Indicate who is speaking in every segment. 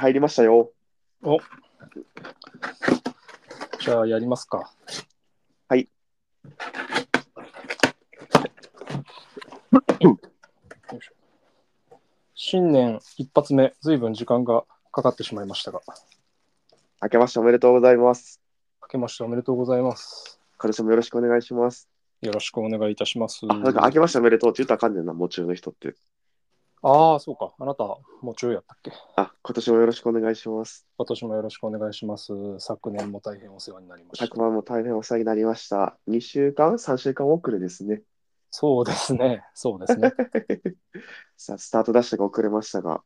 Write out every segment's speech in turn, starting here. Speaker 1: 入りましたよ。
Speaker 2: じゃあやりますか。
Speaker 1: はい。
Speaker 2: よいしょ新年一発目、ずいぶん時間がかかってしまいましたが、
Speaker 1: 明けましておめでとうございます。
Speaker 2: 明けましておめでとうございます。
Speaker 1: 今年もよろしくお願いします。
Speaker 2: よろしくお願いいたします。
Speaker 1: あ、なんか明けましておめでとうって言ったらあかんねんな、もう中の人って。
Speaker 2: ああ、そうか。あなた、もう中やったっけ
Speaker 1: あ、今年もよろしくお願いします。
Speaker 2: 今年もよろしくお願いします。昨年も大変お世話になりました
Speaker 1: 昨。晩も大変お世話になりました。2週間 ?3 週間遅れですね。
Speaker 2: そうですね。そうですね。
Speaker 1: さあ、スタートダッシュが遅れましたが。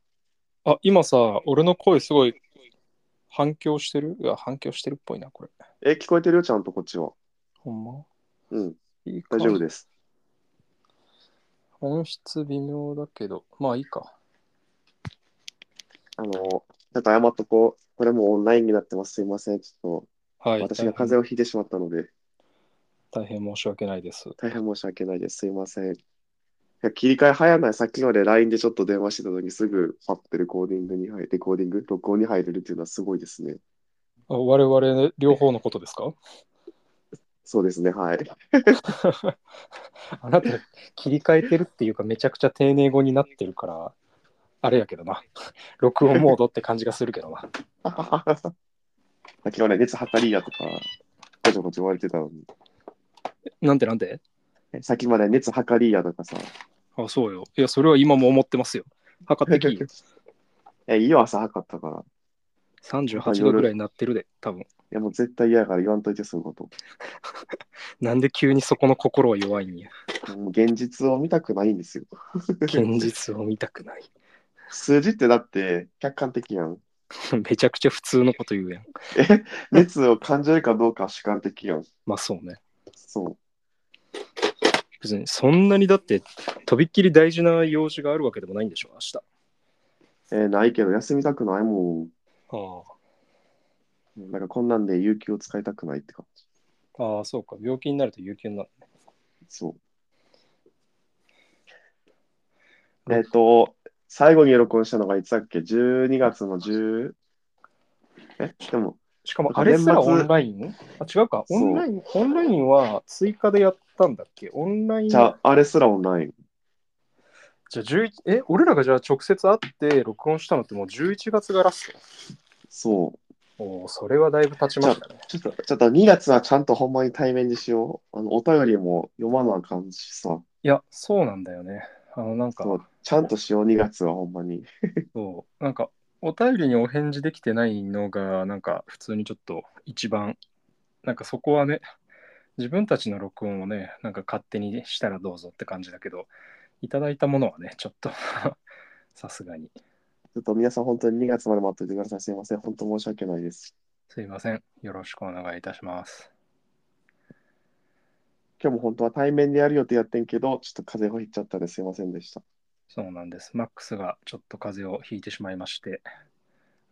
Speaker 2: あ、今さ、俺の声すごい反響してるいや、反響してるっぽいな、これ。
Speaker 1: え、聞こえてるよ、ちゃんとこっちは。
Speaker 2: ほんま
Speaker 1: うん、
Speaker 2: いいか
Speaker 1: 大丈夫です。
Speaker 2: 音質微妙だけど、まあいいか。
Speaker 1: あの、ちょっと謝っとこう。これもうオンラインになってます。すいません。ちょ
Speaker 2: は
Speaker 1: っ
Speaker 2: い。
Speaker 1: と、私が風邪をひいてしまったので、
Speaker 2: 大変大変申し訳ないです。
Speaker 1: 大変申し訳ないです。すいません。いや切り替え早ない。さっきまで LINE でちょっと電話してたのにすぐパッてレコーディングに入レコーディング、録音に入れるっていうのはすごいですね。
Speaker 2: あ我々両方のことですか
Speaker 1: そうですね、はい。
Speaker 2: あなた、切り替えてるっていうか、めちゃくちゃ丁寧語になってるから、あれやけどな。録音モードって感じがするけどな。
Speaker 1: さっきまで熱測りやとか、ごちょごちょ言われてたのに。
Speaker 2: なんでなんで
Speaker 1: さっきまで熱測りやとかさ。
Speaker 2: あ、そうよ。いや、それは今も思ってますよ。測って き
Speaker 1: え、いいよ、朝測ったから。い
Speaker 2: 38度ぐらいになってるで、多分。
Speaker 1: や、もう絶対嫌やから言わんといて、そういうこ
Speaker 2: なんで急にそこの心は弱い んや。
Speaker 1: と。もう現実を見たくないんですよ。
Speaker 2: 現実を見たくない。
Speaker 1: 数字ってだって客観的やん。
Speaker 2: めちゃくちゃ普通のこと言うやん。
Speaker 1: 熱を感じるかどうかは主観的やん。
Speaker 2: まあそうね。
Speaker 1: そう。
Speaker 2: 別にそんなにだってとびっきり大事な用事があるわけでもないんでしょ明日
Speaker 1: えーないけど、休みたくないも
Speaker 2: あ
Speaker 1: ん。なんかこんなんで有給を使いたくないって感じ。
Speaker 2: あああそうか病気になると有給になるね
Speaker 1: そう。えっ、と、最後に録音したのがいつだっけ ?12 月の 10? え、でも、
Speaker 2: しか
Speaker 1: な
Speaker 2: も
Speaker 1: んか
Speaker 2: あれすら
Speaker 1: 年末
Speaker 2: オンラインあ違うか
Speaker 1: そう
Speaker 2: オンラインオンラインは追加でやったんだっけオンライン
Speaker 1: じゃあ、あれすらオンライン。
Speaker 2: じゃあ11え俺らがじゃあ直接会って録音したのってもう11月がラス
Speaker 1: そう。
Speaker 2: トおーそれはだいぶ経ちましたね
Speaker 1: ちょっと、ちょっと2月はちゃんとほんまに対面にしよう。あの、お便りも読まなあかんしさ。
Speaker 2: いやそうなんだよねあのなんか
Speaker 1: そう。ちゃんとしよう、2月はほんまに。
Speaker 2: そうなんかお便りにお返事できてないのがなんか普通にちょっと一番なんかそこはね自分たちの録音をねなんか勝手にしたらどうぞって感じだけどいただいたものはねちょっと さすがに
Speaker 1: ちょっと皆さん本当に2月まで待っててください。すいません。本当申し訳ないです。
Speaker 2: すいませんよろしくお願いいたします
Speaker 1: 今日も本当は対面でやる予定やってんけど、ちょっと風邪をひいちゃったんですいませんでした。
Speaker 2: そうなんですマックスがちょっと風邪をひいてしまいまして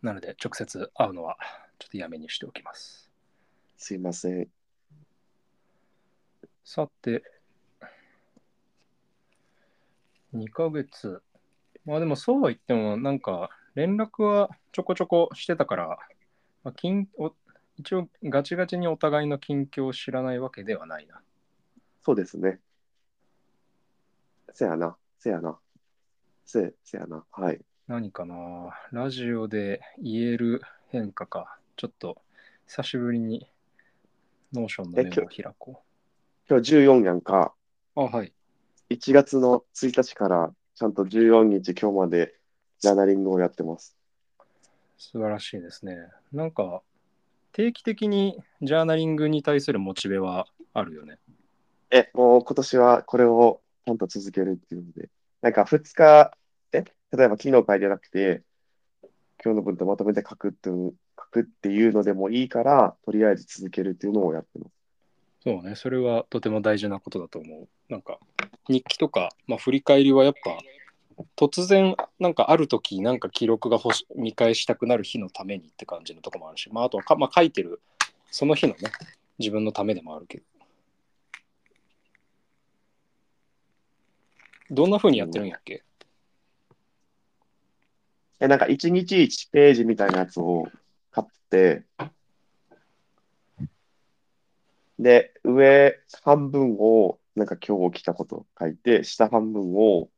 Speaker 2: なので直接会うのはちょっとやめにしておきます
Speaker 1: すいません。
Speaker 2: さて、2ヶ月。まあでもそうは言っても、なんか連絡はちょこちょこしてたから、まあ、近お一応ガチガチにお互いの近況を知らないわけではないな。
Speaker 1: そうですね。せやな。せやな。せ、せやな。はい。
Speaker 2: 何かなラジオで言える変化か。ちょっと久しぶりにノーションのメモを開こ
Speaker 1: 今日14やんか。
Speaker 2: う。あ、はい。
Speaker 1: 1月の1日からちゃんと14日今日までジャーナリングをやってます。
Speaker 2: 素晴らしいですね。なんか定期的にジャーナリングに対するモチベはあるよね。
Speaker 1: え、もう今年はこれをちゃんと続けるっていうので。なんか2日、え、例えば昨日書いてなくて、今日の分とまとめて書くっていう、書くっていうのでもいいから、とりあえず続けるっていうのをやってます。
Speaker 2: そうね、それはとても大事なことだと思う。なんか日記とか、まあ、振り返りはやっぱ突然なんかある時なんか記録が欲し見返したくなる日のためにって感じのとこもあるし、まあ、あとはか、まあ、書いてるその日のね自分のためでもあるけど。どんな風にやってるんやっけ、
Speaker 1: え、なんか1日1ページみたいなやつを買って、で、上半分をなんか今日起きたこと書いて、下半分を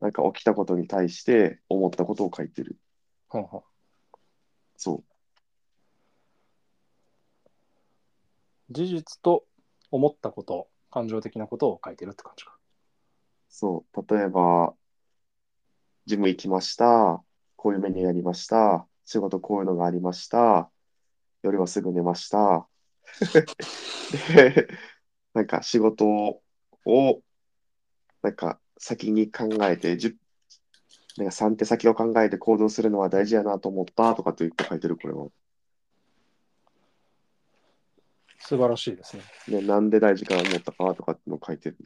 Speaker 1: なんか起きたことに対して思ったことを書いてる。
Speaker 2: はんはん
Speaker 1: そう。
Speaker 2: 事実と思ったこと、感情的なことを書いてるって感じか。
Speaker 1: そう。例えば、ジム行きました。こういうメニューやりました。仕事こういうのがありました。夜はすぐ寝ました。で、なんか仕事を、なんか先に考えて、10なんか3手先を考えて行動するのは大事やなと思ったとかって言って書いてる、これは。
Speaker 2: 素晴らしいですね。
Speaker 1: で、なんで大事か思ったかとかっていうのを書いてる。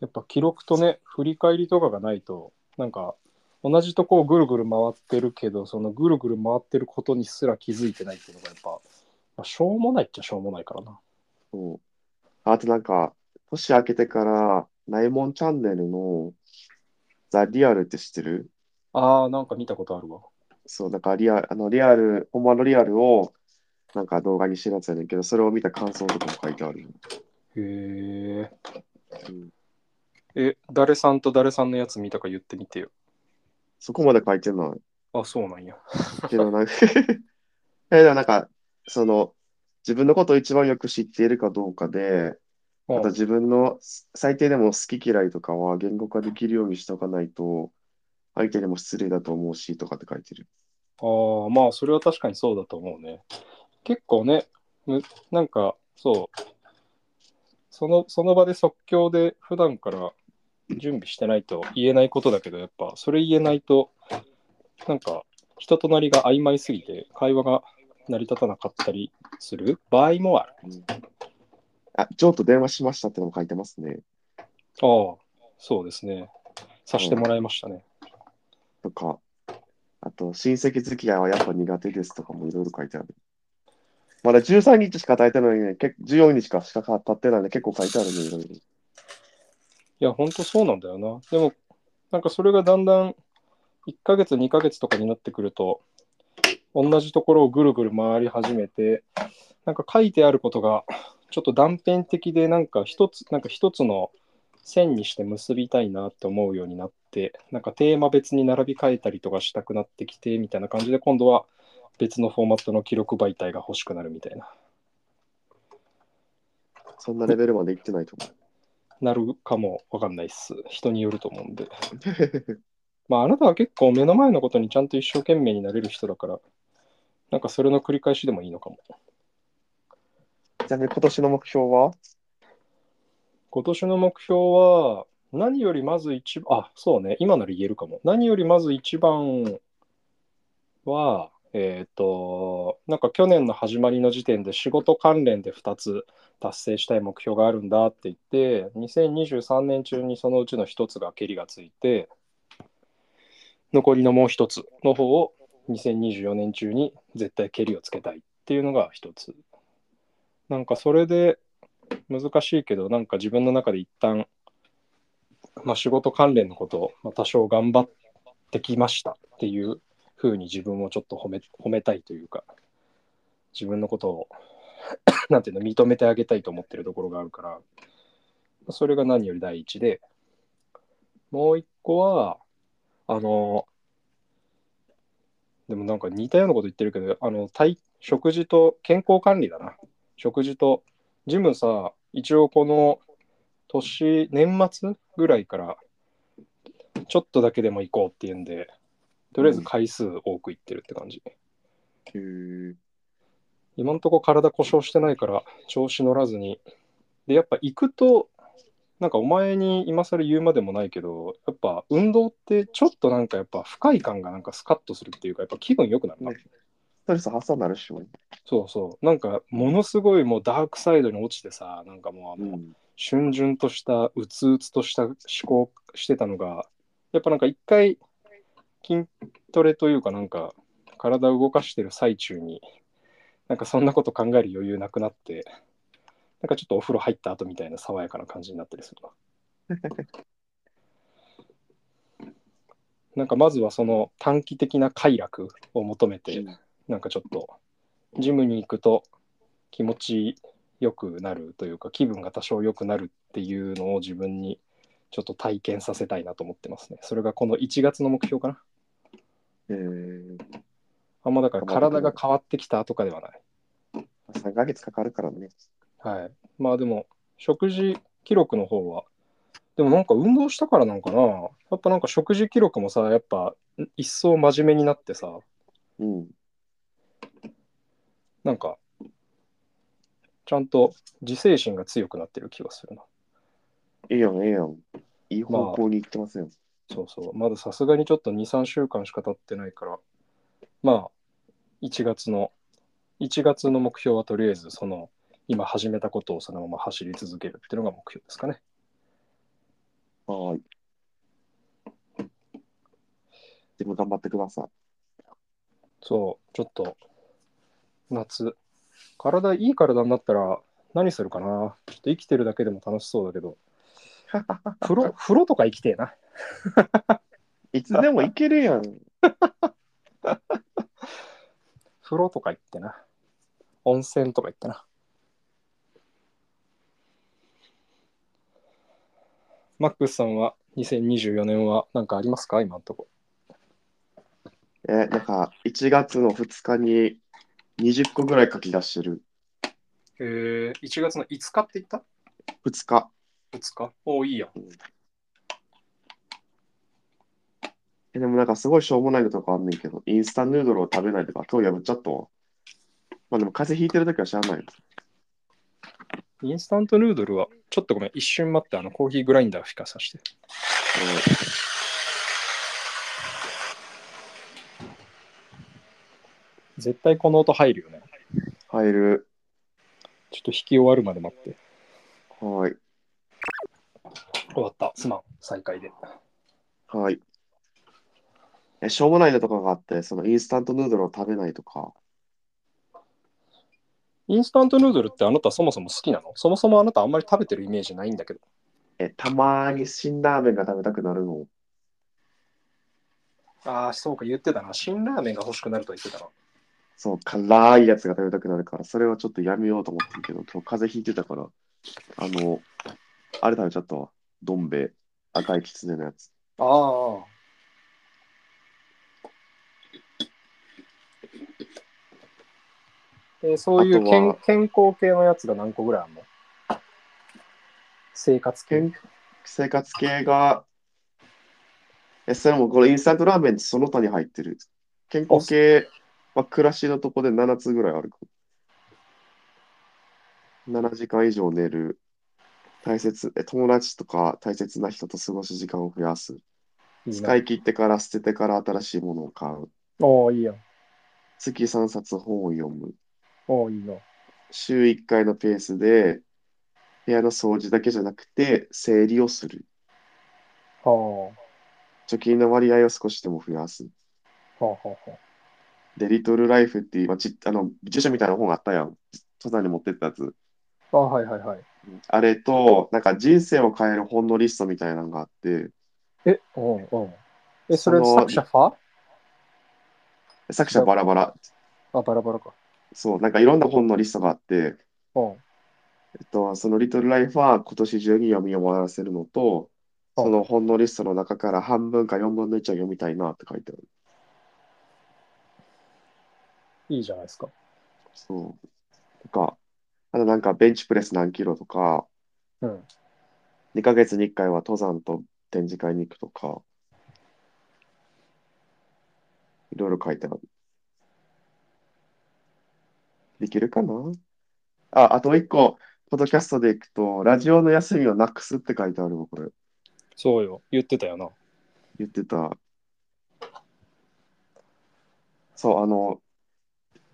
Speaker 2: やっぱ記録とね、振り返りとかがないと、なんか、同じとこをぐるぐる回ってるけど、そのぐるぐる回ってることにすら気づいてないっていうのがやっぱ、まあ、しょうもないっちゃしょうもないからな。
Speaker 1: そう。あとなんか、年明けてから、ナイモンチャンネルのザ・リアルって知ってる
Speaker 2: ああ、なんか見たことあるわ。
Speaker 1: そう、なんかリアル、あのリアル、ほんまのリアルをなんか動画にしてるやつやねんけど、それを見た感想とかも書いてある。
Speaker 2: へえ。
Speaker 1: うん、
Speaker 2: え、誰さんと誰さんのやつ見たか言ってみてよ。
Speaker 1: そこまで書いてない。
Speaker 2: あ、そうなんや。
Speaker 1: けどなんか え、でもなんか、その、自分のことを一番よく知っているかどうかで、
Speaker 2: う
Speaker 1: ま
Speaker 2: ん
Speaker 1: た自分の最低でも好き嫌いとかは言語化できるようにしとかないと、相手にも失礼だと思うしとかって書いてる。
Speaker 2: ああ、まあ、それは確かにそうだと思うね。結構ね、むなんか、そう、その、その場で即興で普段から準備してないと言えないことだけど、やっぱ、それ言えないと、なんか、人となりが曖昧すぎて、会話が成り立たなかったりする場合もある。
Speaker 1: あ、ジョーと電話しましたってのも書いてますね。
Speaker 2: ああ、そうですね。さしてもらいましたね。
Speaker 1: とか、あと、親戚付き合いはやっぱ苦手ですとかもいろいろ書いてある。まだ13日しか経いてないのに、け14日しかしか経ってないので結構書いてあるね、いろいろ。
Speaker 2: いや、ほんとそうなんだよな。でも、なんかそれがだんだん1ヶ月、2ヶ月とかになってくると、同じところをぐるぐる回り始めて、なんか書いてあることが、ちょっと断片的で、なんか一つ、なんか一つの線にして結びたいなって思うようになって、なんかテーマ別に並び替えたりとかしたくなってきて、みたいな感じで、今度は別のフォーマットの記録媒体が欲しくなるみたいな、
Speaker 1: そんなレベルまで行ってないと思
Speaker 2: なるかもわかんないっす。人によると思うんで。
Speaker 1: う。
Speaker 2: まあ、あなたは結構目の前のことにちゃんと一生懸命になれる人だから、なんかそれの繰り返しでもいいのかも。
Speaker 1: ちなみに今年の目標は
Speaker 2: 今年の目標は、何よりまず一番、あ、そうね、今なら言えるかも。何よりまず一番は、えっ、と、なんか去年の始まりの時点で仕事関連で2つ達成したい目標があるんだって言って、2023年中にそのうちの1つが蹴りがついて、残りのもう1つの方を2024年中に絶対蹴りをつけたいっていうのが1つ。なんかそれで、難しいけどなんか自分の中で一旦、まあ、仕事関連のことを、まあ、多少頑張ってきましたっていうふうに自分をちょっと褒め褒めたいというか自分のことを なんていうの認めてあげたいと思ってるところがあるからまあそれが何より第一でもう一個はあのでもなんか似たようなこと言ってるけどあの体食事と健康管理だな食事とジムさ、一応この年、年末ぐらいから、ちょっとだけでも行こうっていうんで、とりあえず回数多く行ってるって感じ。
Speaker 1: へー
Speaker 2: 今んとこ体故障してないから、調子乗らずに。で、やっぱ行くと、なんかお前に今更言うまでもないけど、やっぱ運動ってちょっとなんかやっぱ不快感がなんかスカッとするっていうか、やっぱ気分良くなるな。
Speaker 1: ねストレス発散になるっしょ。
Speaker 2: そうそう。なんかものすごいもうダークサイドに落ちてさ、なんかもうあ
Speaker 1: う
Speaker 2: の、
Speaker 1: ん。
Speaker 2: 逡巡としたうつうつとした思考してたのがやっぱなんか一回筋トレというかなんか体を動かしてる最中になんかそんなこと考える余裕なくなってなんかちょっとお風呂入った後みたいな爽やかな感じになったりするななんかまずはその短期的な快楽を求めて、なんかちょっと、ジムに行くと気持ちよくなるというか、気分が多少良くなるっていうのを自分にちょっと体験させたいなと思ってますね。それがこの1月の目標かな。
Speaker 1: えー、
Speaker 2: あんまだから体が変わってきたとかではない。
Speaker 1: 3ヶ月かかるからね。
Speaker 2: はい。まあでも、食事記録の方は、でもなんか運動したからなんかな。やっぱなんか食事記録もさ、やっぱ一層真面目になってさ、
Speaker 1: うん。
Speaker 2: なんか、ちゃんと自制心が強くなってる気がするな。
Speaker 1: いいやん、いいやん。いい方向に行ってますよ。
Speaker 2: そうそう。まださすがにちょっと2、3週間しか経ってないから、まあ、1月の、1月の目標はとりあえず、その、今始めたことをそのまま走り続けるっていうのが目標ですかね。
Speaker 1: はーい。でも頑張ってください。
Speaker 2: そう、ちょっと、夏、体、いい体になったら何するかな。ちょっと生きてるだけでも楽しそうだけど、風呂、風呂とか生きてえな。
Speaker 1: いつでも行けるやん。
Speaker 2: 風呂とか行ってな。温泉とか行ってな。マックスさんは2024年は何かありますか今のとこ。
Speaker 1: えーなんか、1月の2日に20個ぐらい書き出してる。
Speaker 2: えー、1月の5日って言った
Speaker 1: 2日。
Speaker 2: ?2 日おお、いいやん。
Speaker 1: えでもなんかすごいしょうもないのとかあんねんけど、インスタンヌードルを食べないとか、今日破っちゃったわ。まあでも風邪ひいてるときは知らないよ。
Speaker 2: インスタントヌードルは、ちょっとごめん、一瞬待って、あのコーヒーグラインダーを引かさせて。絶対この音入るよね。
Speaker 1: うん入る。
Speaker 2: ちょっと引き終わるまで待って。
Speaker 1: はい。
Speaker 2: 終わった。すまん。再開で。
Speaker 1: はい。え、しょうもないのとかがあって、そのインスタントヌードルを食べないとか。
Speaker 2: インスタントヌードルってあなたそもそも好きなのそもそもあなたあんまり食べてるイメージないんだけど。
Speaker 1: え、たまーに辛ラーメンが食べたくなるの。
Speaker 2: ああ、そうか、言ってたな。辛ラーメンが欲しくなると言ってたな。
Speaker 1: そう、辛いやつが食べたくなるから、それはちょっとやめようと思ってるけど、今日風邪ひいてたから、あの、あれ食べちゃったわ。どん兵衛、赤いきつねのやつ。
Speaker 2: ああ。えーそういうけ
Speaker 1: あ
Speaker 2: ん
Speaker 1: と
Speaker 2: 健康系のやつが何個ぐらいあるの生活系。
Speaker 1: 健生活系が、え、それもこのインスタントラーメンその他に入ってる。健康系は暮らしのとこで7つぐらいあるかも。7時間以上寝る。大切、え、友達とか大切な人と過ごす時間を増やす。
Speaker 2: いいな
Speaker 1: 使い切ってから捨ててから新しいものを買う。
Speaker 2: おーいいやん。
Speaker 1: 月3冊本を読む。
Speaker 2: おーいいの。
Speaker 1: 週1回のペースで、部屋の掃除だけじゃなくて、整理をする。
Speaker 2: は
Speaker 1: 貯金の割合を少しでも増やす。
Speaker 2: あ。はあはあはあ。
Speaker 1: で、リトルライフっていう、まあ、ちあの辞書みたいな本があったやん。登山に持ってったやつ。
Speaker 2: あはいはいはい。
Speaker 1: あれと、なんか人生を変える本のリストみたいなのがあって、
Speaker 2: え、うんうん。え、そ
Speaker 1: そ
Speaker 2: れ
Speaker 1: の
Speaker 2: 作者ファ
Speaker 1: 作者バラバラ。
Speaker 2: あ、バラバラか。
Speaker 1: そう、なんかいろんな本のリストがあって、
Speaker 2: うん。
Speaker 1: えっと、そのリトルライフは今年中に読み終わらせるのと、
Speaker 2: あ
Speaker 1: その本のリストの中から半分か4分の1を読みたいなって書いてある。
Speaker 2: いいじゃないですか。
Speaker 1: そう。とか、あとなんかベンチプレス何キロとか、
Speaker 2: うん。
Speaker 1: 2ヶ月に1回は登山と展示会に行くとか、いろいろ書いてある。できるかなあ、あと1個、ポッドキャストでいくと、ラジオの休みをなくすって書いてあるわ、これ。
Speaker 2: そうよ。言ってたよな。
Speaker 1: 言ってた。そう、あの、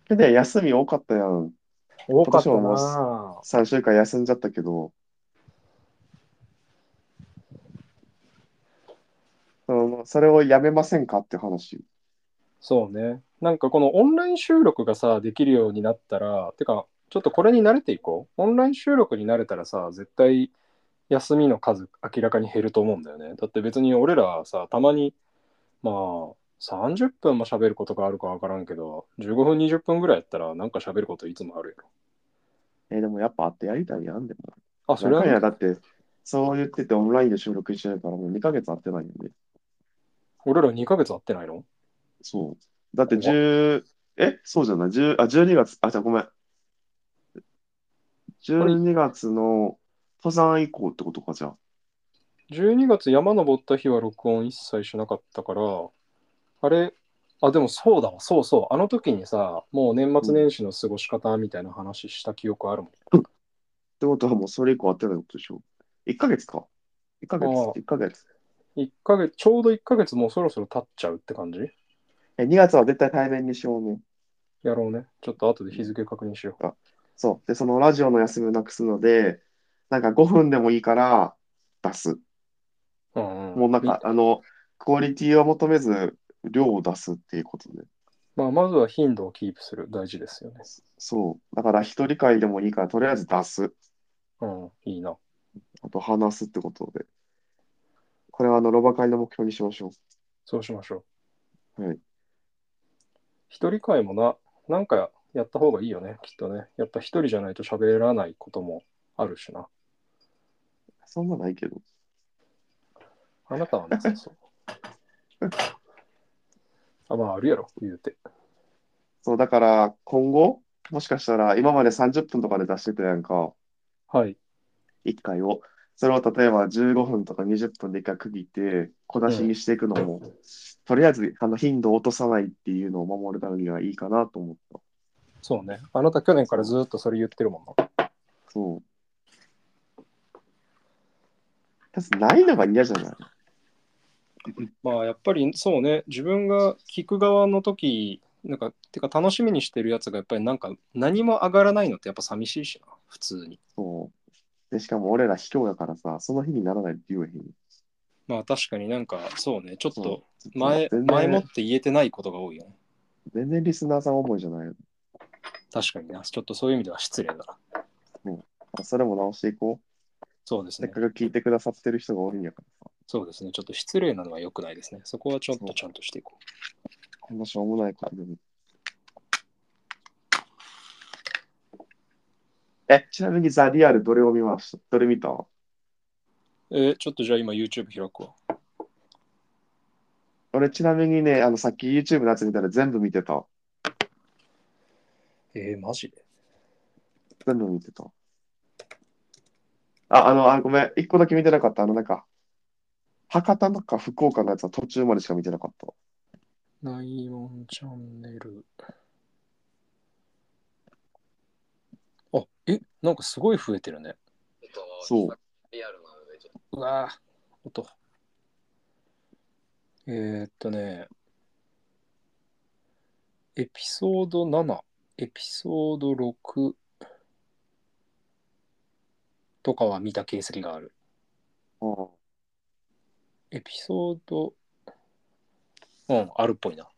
Speaker 1: 去年休み多かったやん。
Speaker 2: 多かった
Speaker 1: 今年
Speaker 2: な。
Speaker 1: 3週間休んじゃったけど、そのそれをやめませんかって話。
Speaker 2: そうね。なんかこのオンライン収録がさ、できるようになったら、てか、ちょっとこれに慣れていこう。オンライン収録に慣れたらさ、絶対休みの数明らかに減ると思うんだよね。だって別に俺らさ、たまにまあ、30分も喋ることがあるかわからんけど、15分、20分ぐらいやったら、なんか喋ることいつもあるや
Speaker 1: えーでもやっぱあってやりたいやんでも。
Speaker 2: ろ。あ、それは、
Speaker 1: 中にはだって、そう言っててオンラインで収録してるからもう2ヶ月会ってないんで。
Speaker 2: 俺ら2ヶ月会ってないの
Speaker 1: そう。だって10、え、そうじゃない、10、あ、12月、あ、じゃあごめん。12月の登山以降ってことか、じゃあ。
Speaker 2: ?12 月山登った日は録音一切しなかったから、あれ、あ、でもそうだわ、そうそう。あの時にさ、もう年末年始の過ごし方みたいな話した記憶あるもん。
Speaker 1: ってことはもうそれ以降会ってないことでしょ。1ヶ月か。1ヶ月、
Speaker 2: ああ
Speaker 1: 1ヶ月。
Speaker 2: 一ヶ月、ちょうど1ヶ月もうそろそろ経っちゃうって感じ
Speaker 1: え、2月は絶対対面にしようね。
Speaker 2: やろうね。ちょっと後で日付確認しよう。
Speaker 1: そう。で、そのラジオの休みをなくすので、なんか5分でもいいから出す。
Speaker 2: うんうん、
Speaker 1: もうなんか、あの、クオリティを求めず、量を出すっていうことで。
Speaker 2: まあ、まずは頻度をキープする。大事ですよね。
Speaker 1: そう。だから一人会でもいいから、とりあえず出す。
Speaker 2: うん、いいな。
Speaker 1: あと話すってことで。これはあの、ロバ会の目標にしましょう。
Speaker 2: そうしましょう。
Speaker 1: はい。
Speaker 2: 一人会もな、なんかやった方がいいよね、きっとね。やっぱ一人じゃないと喋らないこともあるしな。
Speaker 1: そんなないけど。
Speaker 2: あなたはなさそう。あ、まあ、あるやろ、言うて。
Speaker 1: そう、だから今後、もしかしたら今まで30分とかで出してたやんか、
Speaker 2: はい。
Speaker 1: 1回を。それを例えば15分とか20分で1回区切って、小出しにしていくのも、とりあえずあの頻度を落とさないっていうのを守るためにはいいかなと思った。
Speaker 2: そうね。あなた去年からずっとそれ言ってるもんな。
Speaker 1: そう。だってないのが嫌じゃない
Speaker 2: まあやっぱりそうね自分が聞く側の時なんかてか楽しみにしてるやつがやっぱりなんか何も上がらないのってやっぱ寂しいしな普通に
Speaker 1: そう。で、しかも俺ら卑怯だからさ、その日にならないって言えへん。
Speaker 2: まあ確かになんかそうねちょっと
Speaker 1: そう
Speaker 2: 前
Speaker 1: 全然
Speaker 2: 前もって言えてないことが多いよね
Speaker 1: 全然リスナーさん思いじゃないよ。
Speaker 2: 確かになちょっとそういう意味では失礼だな
Speaker 1: それも直していこう。
Speaker 2: そうです
Speaker 1: せっ
Speaker 2: ね
Speaker 1: かく聞いてくださってる人がおるんやからさ。
Speaker 2: そうですねちょっと失礼なのは良くないですねそこはちょっとちゃんとしていこう
Speaker 1: こんなしょうもないことでも。え、ちなみにザ・リアルどれを見ましたどれ見た
Speaker 2: えーちょっとじゃあ今 YouTube 開くわ
Speaker 1: 俺ちなみにね、あのさっき YouTube のやつ見たら全部見てた。
Speaker 2: えー、マジで
Speaker 1: 全部見てた。あ、あの、あ、ごめん。一個だけ見てなかった。あの、なんか、博多のか福岡のやつは途中までしか見てなかった。
Speaker 2: ないもんチャンネル。あ、え、なんかすごい増えてるね。
Speaker 1: そう。
Speaker 3: リアルなので、ちょっ
Speaker 2: うわぁ、音。えー、っとね、エピソード7、エピソード6とかは見た形跡がある。
Speaker 1: うん
Speaker 2: エピソード、うん、あるっぽいな。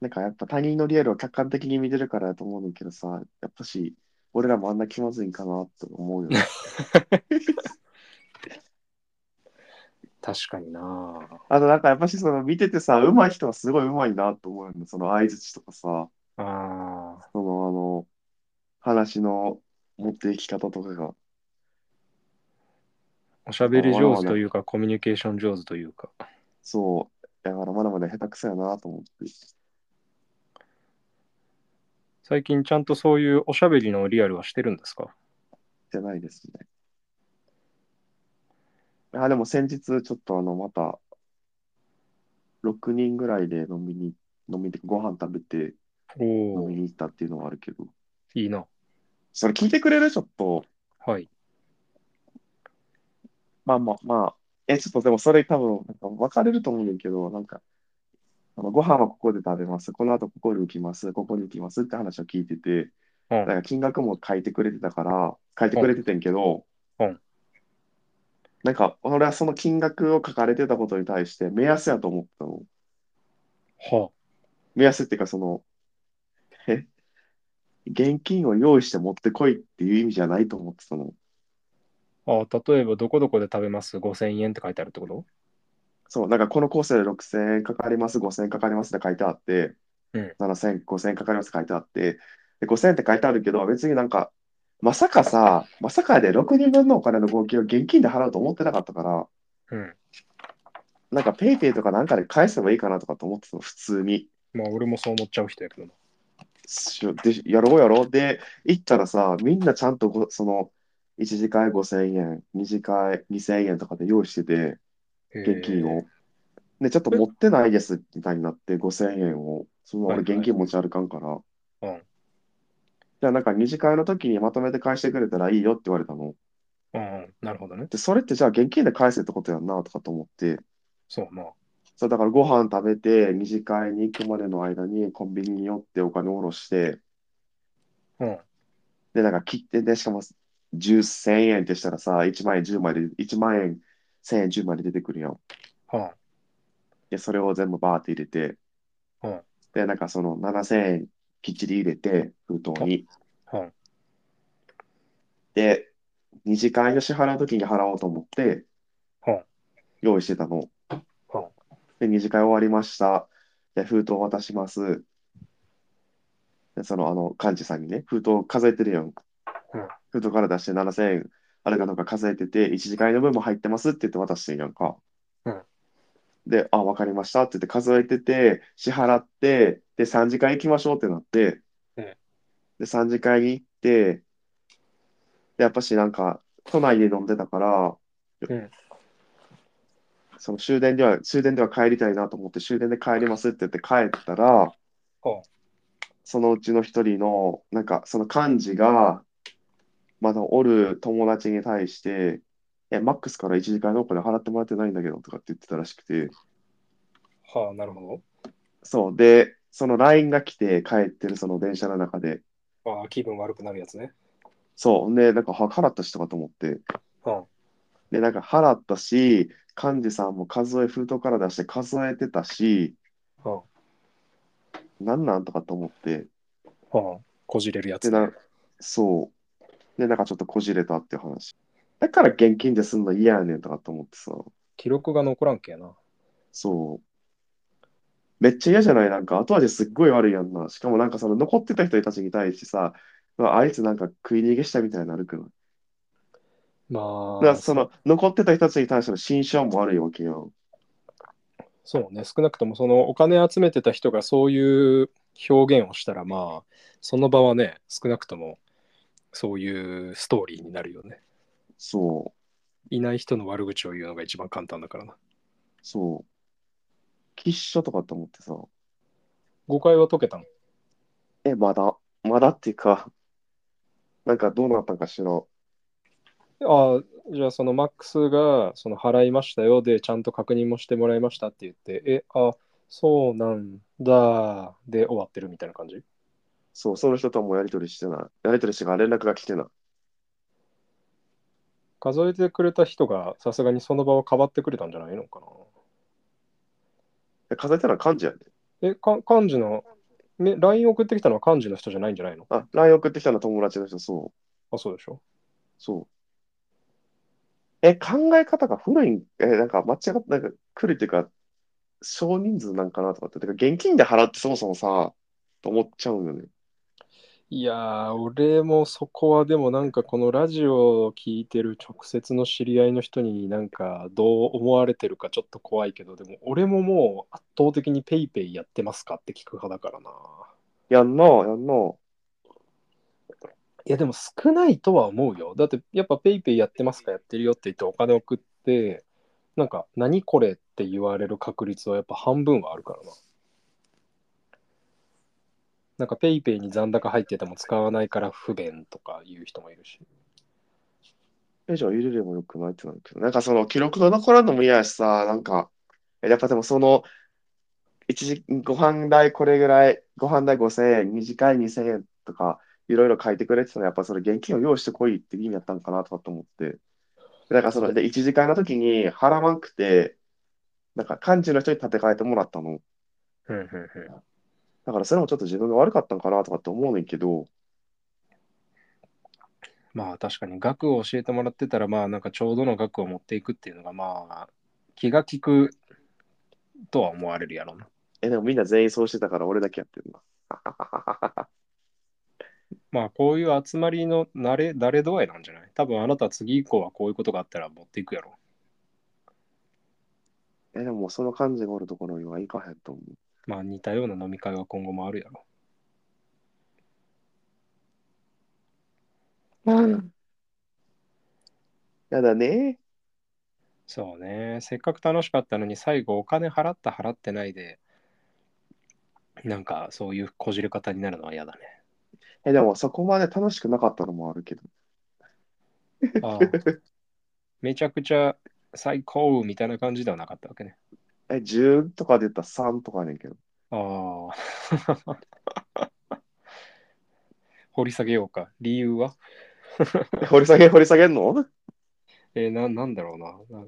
Speaker 1: なんかやっぱ他人のリアルを客観的に見てるからだと思うんだけどさ、やっぱし、俺らもあんな気まずいんかなって思うよね。
Speaker 2: 確かになぁ
Speaker 1: あとなんかやっぱしその見ててさ、上手い人はすごい上手いなと思うよね。その相槌とかさ、
Speaker 2: あー
Speaker 1: そのあの、話の持っていき方とかが。
Speaker 2: おしゃべり上手というか、コミュニケーション上手というか。
Speaker 1: そう。だからまだまだ下手くそやなと思って。
Speaker 2: 最近ちゃんとそういうおしゃべりのリアルはしてるんですか
Speaker 1: じゃないですね。あ、でも先日ちょっとあの、また、6人ぐらいで飲みに、飲みに、ご飯食べて
Speaker 2: お
Speaker 1: 飲
Speaker 2: お
Speaker 1: みに行ったっていうのはあるけど。
Speaker 2: いいな。
Speaker 1: それ聞いてくれるちょっと。
Speaker 2: はい。
Speaker 1: まあまあまあ。え、ちょっとでもそれ多分、なんか分かれると思うんだけど、なんか、あのご飯はここで食べます。この後ここに行きます。ここに行きますって話を聞いてて、
Speaker 2: うん
Speaker 1: だから金額も書いてくれてたから、書いてくれててんけど、
Speaker 2: うんうん
Speaker 1: なんか、俺はその金額を書かれてたことに対して、目安やと思ったの。
Speaker 2: は
Speaker 1: 目安っていうか、その、え、現金を用意して持ってこいっていう意味じゃないと思ってたの。
Speaker 2: あ。あ例えば、どこどこで食べます ?5000 円って書いてあるってこと
Speaker 1: そう、なんかこのコースで6000円かかります、5000円かかりますって書いてあって、
Speaker 2: うん
Speaker 1: 7000、5000円かかりますって書いてあって、で、5000円って書いてあるけど、別になんか、まさかさ、まさかやで6人分のお金の合計を現金で払うと思ってなかったから、
Speaker 2: うん。
Speaker 1: なんかペイペイとかなんかで返せばいいかなとかと思ってたの、普通に。
Speaker 2: まあ、俺もそう思っちゃう人やけどな。
Speaker 1: しょで、やろうやろう。で、行ったらさ、みんなちゃんとご、その、1次会5000円、2次会2000円とかで用意してて、現金
Speaker 2: えー
Speaker 1: を。で、ちょっと持ってないですみたいになって、5000円を。その
Speaker 2: はい
Speaker 1: 俺、
Speaker 2: はい
Speaker 1: 現金持ち歩かんから。
Speaker 2: うん
Speaker 1: じゃあ、なんか二次会の時にまとめて返してくれたらいいよって言われたの。
Speaker 2: うんうん、なるほどね。
Speaker 1: で、それってじゃあ現金で返せってことやんなとかと思って。
Speaker 2: そうやな。
Speaker 1: そう、だからご飯食べて、二次会に行くまでの間にコンビニに寄ってお金下ろして、
Speaker 2: うん。
Speaker 1: で、なんか切って、で、しかも10、1000円ってしたらさ、1万円10枚で、1万円、1000円10枚で出てくるやん。
Speaker 2: は
Speaker 1: で、それを全部バーって入れて、
Speaker 2: あ、は
Speaker 1: で、なんかその7000円きっちり入れて、封筒に。
Speaker 2: あ、はあ。
Speaker 1: で、二次会の支払う時に払おうと思って、
Speaker 2: は
Speaker 1: 用意してたの。
Speaker 2: あ、は
Speaker 1: で、二次会終わりました。で、封筒渡します。で、その、あの、幹事さんにね、封筒数えてるやん。
Speaker 2: あ、うん。
Speaker 1: 封筒から出して7000円あるかどうか数えてて、一時間の分も入ってますって言って渡してんやんか。
Speaker 2: うん
Speaker 1: で、あ、わかりましたって言って数えてて、支払って、で、3次会行きましょうってなって、
Speaker 2: うん
Speaker 1: で、3次会に行って、で、やっぱしなんか、都内で飲んでたから、
Speaker 2: うん
Speaker 1: その終電では、終電では帰りたいなと思って、終電で帰りますって言って帰ったら、
Speaker 2: は
Speaker 1: そのうちの一人の、なんか、その幹事が、まだおる友達に対して、え、マックスから一時間のお金払ってもらってないんだけどとかって言ってたらしくて、
Speaker 2: あ、はあ、なるほ
Speaker 1: そう、で、その LINE が来て帰ってるその電車の中で、
Speaker 2: ど。ああ、気分悪くなるやつね。
Speaker 1: そう、んで、なんかは払ったしとかと思って、
Speaker 2: は
Speaker 1: で、なんか払ったし、幹事さんも数え、封筒から出して数えてたし、
Speaker 2: あ、は
Speaker 1: なんなんとかと思って、
Speaker 2: あ、はあ、こじれるや
Speaker 1: で、
Speaker 2: つね。
Speaker 1: な、そう、で、なんかちょっとこじれたっていう話。だから現金ですんの嫌やねんとかと思ってさ、
Speaker 2: 記録が残らんけやな。
Speaker 1: そう。めっちゃ嫌じゃないなんか後味すっごい悪いやんな。しかもなんかその残ってた人たちに対してさ、うわあいつなんか食い逃げしたみたいになるけど。だか
Speaker 2: ま
Speaker 1: ら
Speaker 2: あ、
Speaker 1: その残ってた人たちに対しての心証も悪いわけよ。
Speaker 2: そうね、少なくともそのお金集めてた人がそういう表現をしたら、まあ、その場はね、少なくともそういうストーリーになるよね。
Speaker 1: そう、
Speaker 2: いない人の悪口を言うのが一番簡単だからな。
Speaker 1: そう。喫書とかって思ってさ、
Speaker 2: 誤解は解けたの
Speaker 1: え、まだ、まだっていうか、なんかどうなったんかしらん。
Speaker 2: ああ、じゃあそのマックスがその払いましたよで、ちゃんと確認もしてもらいましたって言って、え、あ、そうなんだで終わってるみたいな感じ
Speaker 1: そう、その人とはもうやりとりしてない。やりとりしてから連絡が来てない。
Speaker 2: 数えてくれた人がさすがにその場をかばってくれたんじゃないのか
Speaker 1: で数えたら漢字やで。
Speaker 2: なえ、か幹事の、ね、LINE 送ってきたのは幹事の人じゃないんじゃないの
Speaker 1: あ、LINE 送ってきたの友達の人、そう、
Speaker 2: あ、そうでしょ
Speaker 1: そう。え、考え方が古いん、え、なんか間違って、なんか来るっていうか、少人数なんかなとかって、てか現金で払ってそもそもさ、と思っちゃうよね。
Speaker 2: いやー、俺もそこはでもなんかこのラジオを聞いてる直接の知り合いの人になんかどう思われてるかちょっと怖いけど、でも俺ももう圧倒的にペイペイやってますかって聞く派だからな。
Speaker 1: やんな、やんな。
Speaker 2: いやでも少ないとは思うよ。だってやっぱペイペイやってますかやってるよって言ってお金送って、なんか何これって言われる確率はやっぱ半分はあるからな。なんかペイペイに残高入ってても使わないから不便とか言う人もいるし。
Speaker 1: え、じゃあ入れればよくないってなるけど、なんかその記録が残らんのも嫌やしさ、なんか、え、やっぱでもその、一時、ご飯代これぐらい、ご飯代5000円、二次会2000円とか、いろいろ書いてくれてたのは、やっぱそれ現金を用意してこいって意味だったんかなとかと思って。でなんかその、で、一次会の時に払わんくて、なんか幹事の人に立て替えてもらったの。
Speaker 2: うんうんうん
Speaker 1: だからそれもちょっと自分が悪かったんかなとかって思うねんけど、
Speaker 2: まあ確かに額を教えてもらってたらまあなんかちょうどの額を持っていくっていうのがまあ気が利くとは思われるやろうな。
Speaker 1: え、でもみんな全員そうしてたから俺だけやってるな。
Speaker 2: まあこういう集まりの慣れ、慣れ度合いなんじゃない多分あなた次以降はこういうことがあったら持っていくやろ。
Speaker 1: え、でももうその感じがおるところには行かへんと思う。
Speaker 2: まあ似たような飲み会は今後もあるやろ。
Speaker 1: やだね。
Speaker 2: そうね。せっかく楽しかったのに最後お金払った払ってないで、なんかそういうこじれ方になるのは嫌だね。
Speaker 1: え、でもそこまで楽しくなかったのもあるけど。
Speaker 2: ああめちゃくちゃ最高みたいな感じではなかったわけね。
Speaker 1: え、10とかで言ったら3とかやねんけど。
Speaker 2: ああ。 掘り下げようか。理由は
Speaker 1: え掘り下げ、掘り下げんの
Speaker 2: えーな、なんだろうな。な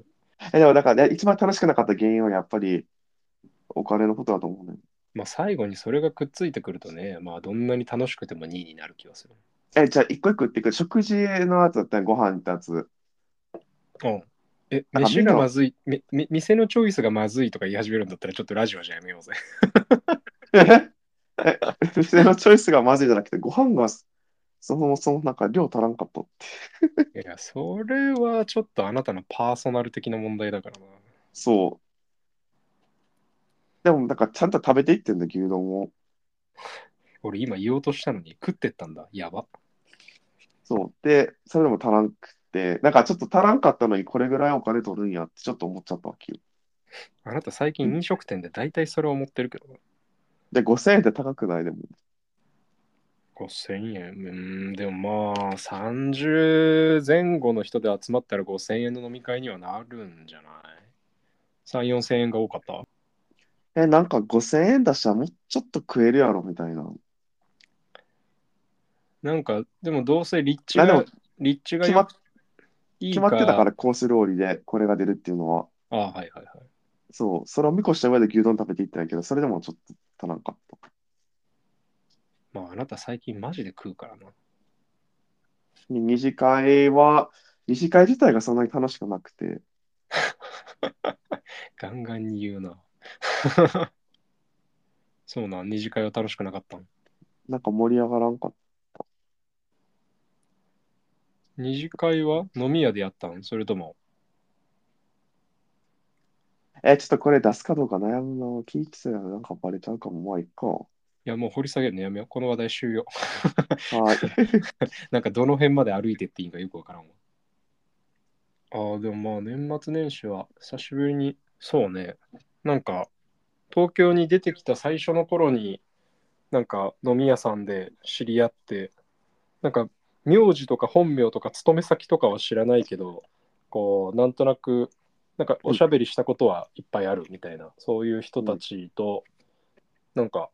Speaker 1: え、でもなんかね、一番楽しくなかった原因はやっぱりお金のことだと思うね。
Speaker 2: まあ、最後にそれがくっついてくるとね、まあ、どんなに楽しくても2位になる気がする。
Speaker 1: え、じゃあ一個一個言っていく。食事の後だったらご飯行ったやつ。
Speaker 2: うん。え、
Speaker 1: なんか
Speaker 2: 飯がまずい、みみ店のチョイスがまずいとか言い始めるんだったら、ちょっとラジオじゃやめようぜ。
Speaker 1: え、店のチョイスがまずいじゃなくて、ご飯がそもそもなんか量足らんかったって。
Speaker 2: いや、それはちょっとあなたのパーソナル的な問題だからな。
Speaker 1: そう。でもなんかちゃんと食べていってんだ、牛丼を。
Speaker 2: 俺今言おうとしたのに食ってったんだ。やば。
Speaker 1: そう。で、それでも足らんくって、なんかちょっと足らんかったのにこれぐらいお金取るんやってちょっと思っちゃったわけよ。
Speaker 2: あなた最近飲食店で大体それを思ってるけどな。
Speaker 1: で、5000円って高くないでも。
Speaker 2: 5000円。うーん、でもまあ、30前後の人で集まったら5000円の飲み会にはなるんじゃない ?3、4000円が多かった。
Speaker 1: え、なんか5000円出したらもうちょっと食えるやろみたいな。
Speaker 2: なんか、でもどうせ立地
Speaker 1: あで
Speaker 2: が
Speaker 1: も、
Speaker 2: 立地が
Speaker 1: 決まっ
Speaker 2: いい
Speaker 1: 決
Speaker 2: か
Speaker 1: まってたからコース料理でこれが出るっていうのは。
Speaker 2: ああはいはいはい。
Speaker 1: そう。それを見越した上で牛丼食べていったんやけど、それでもちょっと足らんかった。
Speaker 2: まあ、あなた最近マジで食うからな。
Speaker 1: に二次会は、二次会自体がそんなに楽しくなくて、
Speaker 2: ガンガンに言うな。 そうなん、二次会は楽しくなかったん。
Speaker 1: なんか盛り上がらんかっ
Speaker 2: 二次会は飲み屋でやったんそれとも、
Speaker 1: た。え、ちょっとこれ出すかどうか悩むな。聞いてたらなんかバレちゃうかも。まあ、いっか。はい
Speaker 2: やもう掘り下げるのやめよう。この話題終了。
Speaker 1: い。
Speaker 2: なんかどの辺まで歩いてっていいんかよくわからんわ。ああ、でもまあ年末年始は久しぶりに、そうね。なんか東京に出てきた最初の頃に、なんか飲み屋さんで知り合って、なんか名字とか本名とか勤め先とかは知らないけど、こう、なんとなく、なんかおしゃべりしたことはいっぱいあるみたいな、そういう人たちと、なんか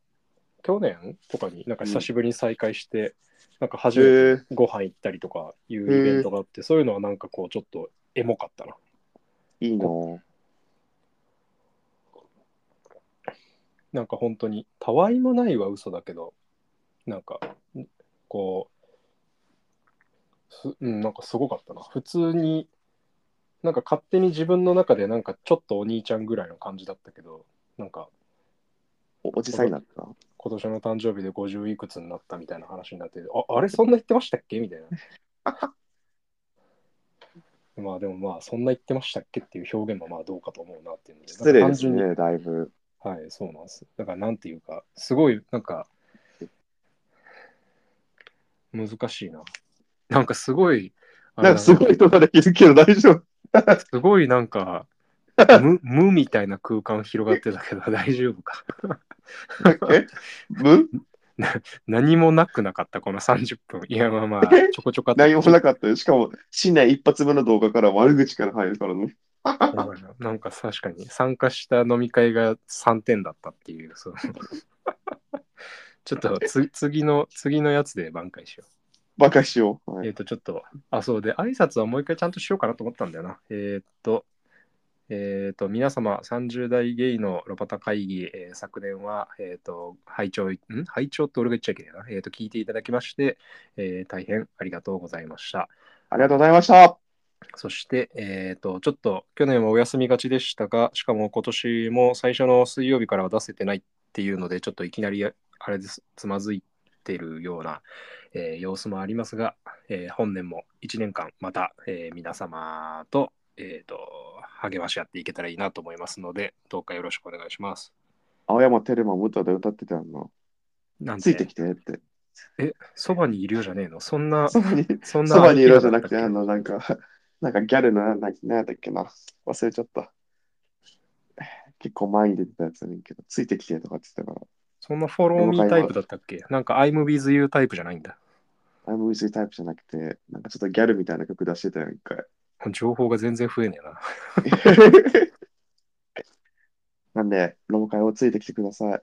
Speaker 2: 去年とかになんか久しぶりに再会して、なんか初めて
Speaker 1: えー
Speaker 2: ご飯行ったりとかいうイベントがあって、そういうのはなんかこうちょっとエモかったな。
Speaker 1: いいな。
Speaker 2: なんか本当にたわいもないは嘘だけど、なんかんこう、すうん、なんかすごかったな。普通に、なんか勝手に自分の中でなんかちょっとお兄ちゃんぐらいの感じだったけど、なんか
Speaker 1: おおじさんになった。
Speaker 2: 今年の誕生日で50いくつになったみたいな話になって、ああれそんな言ってましたっけみたいな。 まあでもまあそんな言ってましたっけっていう表現もまあどうかと思うなっていうので、
Speaker 1: 失礼で
Speaker 2: なんか単
Speaker 1: す
Speaker 2: 純に
Speaker 1: ね、だいぶ。
Speaker 2: はい、そうなんです。だからなんていうか、すごいなんか難しいな。なんかすごい、あれ
Speaker 1: なんか
Speaker 2: だ
Speaker 1: すごい人ができるけど大 丈夫。
Speaker 2: すごいな んか無無みたいな空間広がってたけど大丈夫か。
Speaker 1: えむ
Speaker 2: 何もなくなかった、この30分。いや、ま あまあ、
Speaker 1: え
Speaker 2: ちょこちょこあった
Speaker 1: 何もなかったよ。しかも、新年一発目の動画から悪口から入るからね。
Speaker 2: なんか確かに、参加した飲み会が3点だったっていう、 そのちょっとつ次の、次のやつで挽回しよう。
Speaker 1: バカしよう。はい
Speaker 2: えっ、と、ちょっと、あ、そうで、挨拶はもう一回ちゃんとしようかなと思ったんだよな。えっ、と、えっ、と、皆様、30代ゲイのロパタ会議、えー昨年は、えっ、と、拝聴、ん拝聴って俺が言っちゃいけないな。えっ、と、聞いていただきまして、えー大変ありがとうございました。
Speaker 1: ありがとうございました。
Speaker 2: そして、えっ、と、ちょっと去年はお休みがちでしたが、しかも今年も最初の水曜日からは出せてないっていうので、ちょっといきなりあれです、つまずいてるような、えー様子もありますが、えー本年も1年間、また、えー皆様と、えっ、と、励まし合っていけたらいいなと思いますので、どうかよろしくお願いします。
Speaker 1: 青山テルマも歌で歌ってたよな。
Speaker 2: なん
Speaker 1: ついて
Speaker 2: て
Speaker 1: きてって。
Speaker 2: え、そばにいるよじゃねえのそん な、
Speaker 1: そばに、
Speaker 2: そんな。
Speaker 1: そばにいろじゃなくて、
Speaker 2: あ
Speaker 1: あ
Speaker 2: の
Speaker 1: の、なんか、 なんかギャルの、なんか何やったっけな。忘れちゃった。結構前に出てたやつだねんけど、ついてきてとかって言ってたか
Speaker 2: そんなフォローミータイプだったっけなんか I'm with you タイプじゃないんだ。
Speaker 1: ら、I'm with you タイプじゃなくて、なんかちょっとギャルみたいな曲出してたやん、一回。
Speaker 2: 情報が全然増えねえな。
Speaker 1: なんで、ロム会をついてきてください。よ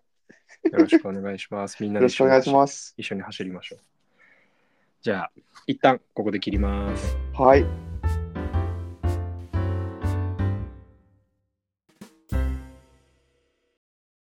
Speaker 2: よろしくお願いします。みんなで
Speaker 1: ろしくお願いします。
Speaker 2: 一緒に走りましょう。じゃあ、一旦ここで切ります。
Speaker 1: はい。